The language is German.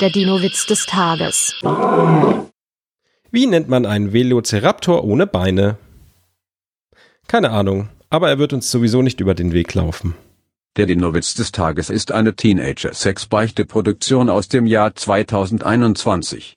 Der Dino-Witz des Tages. Wie nennt man einen Velociraptor ohne Beine? Keine Ahnung, aber er wird uns sowieso nicht über den Weg laufen. Der Dinowitz des Tages ist eine Teenager-Sex-Beichte-Produktion aus dem Jahr 2021.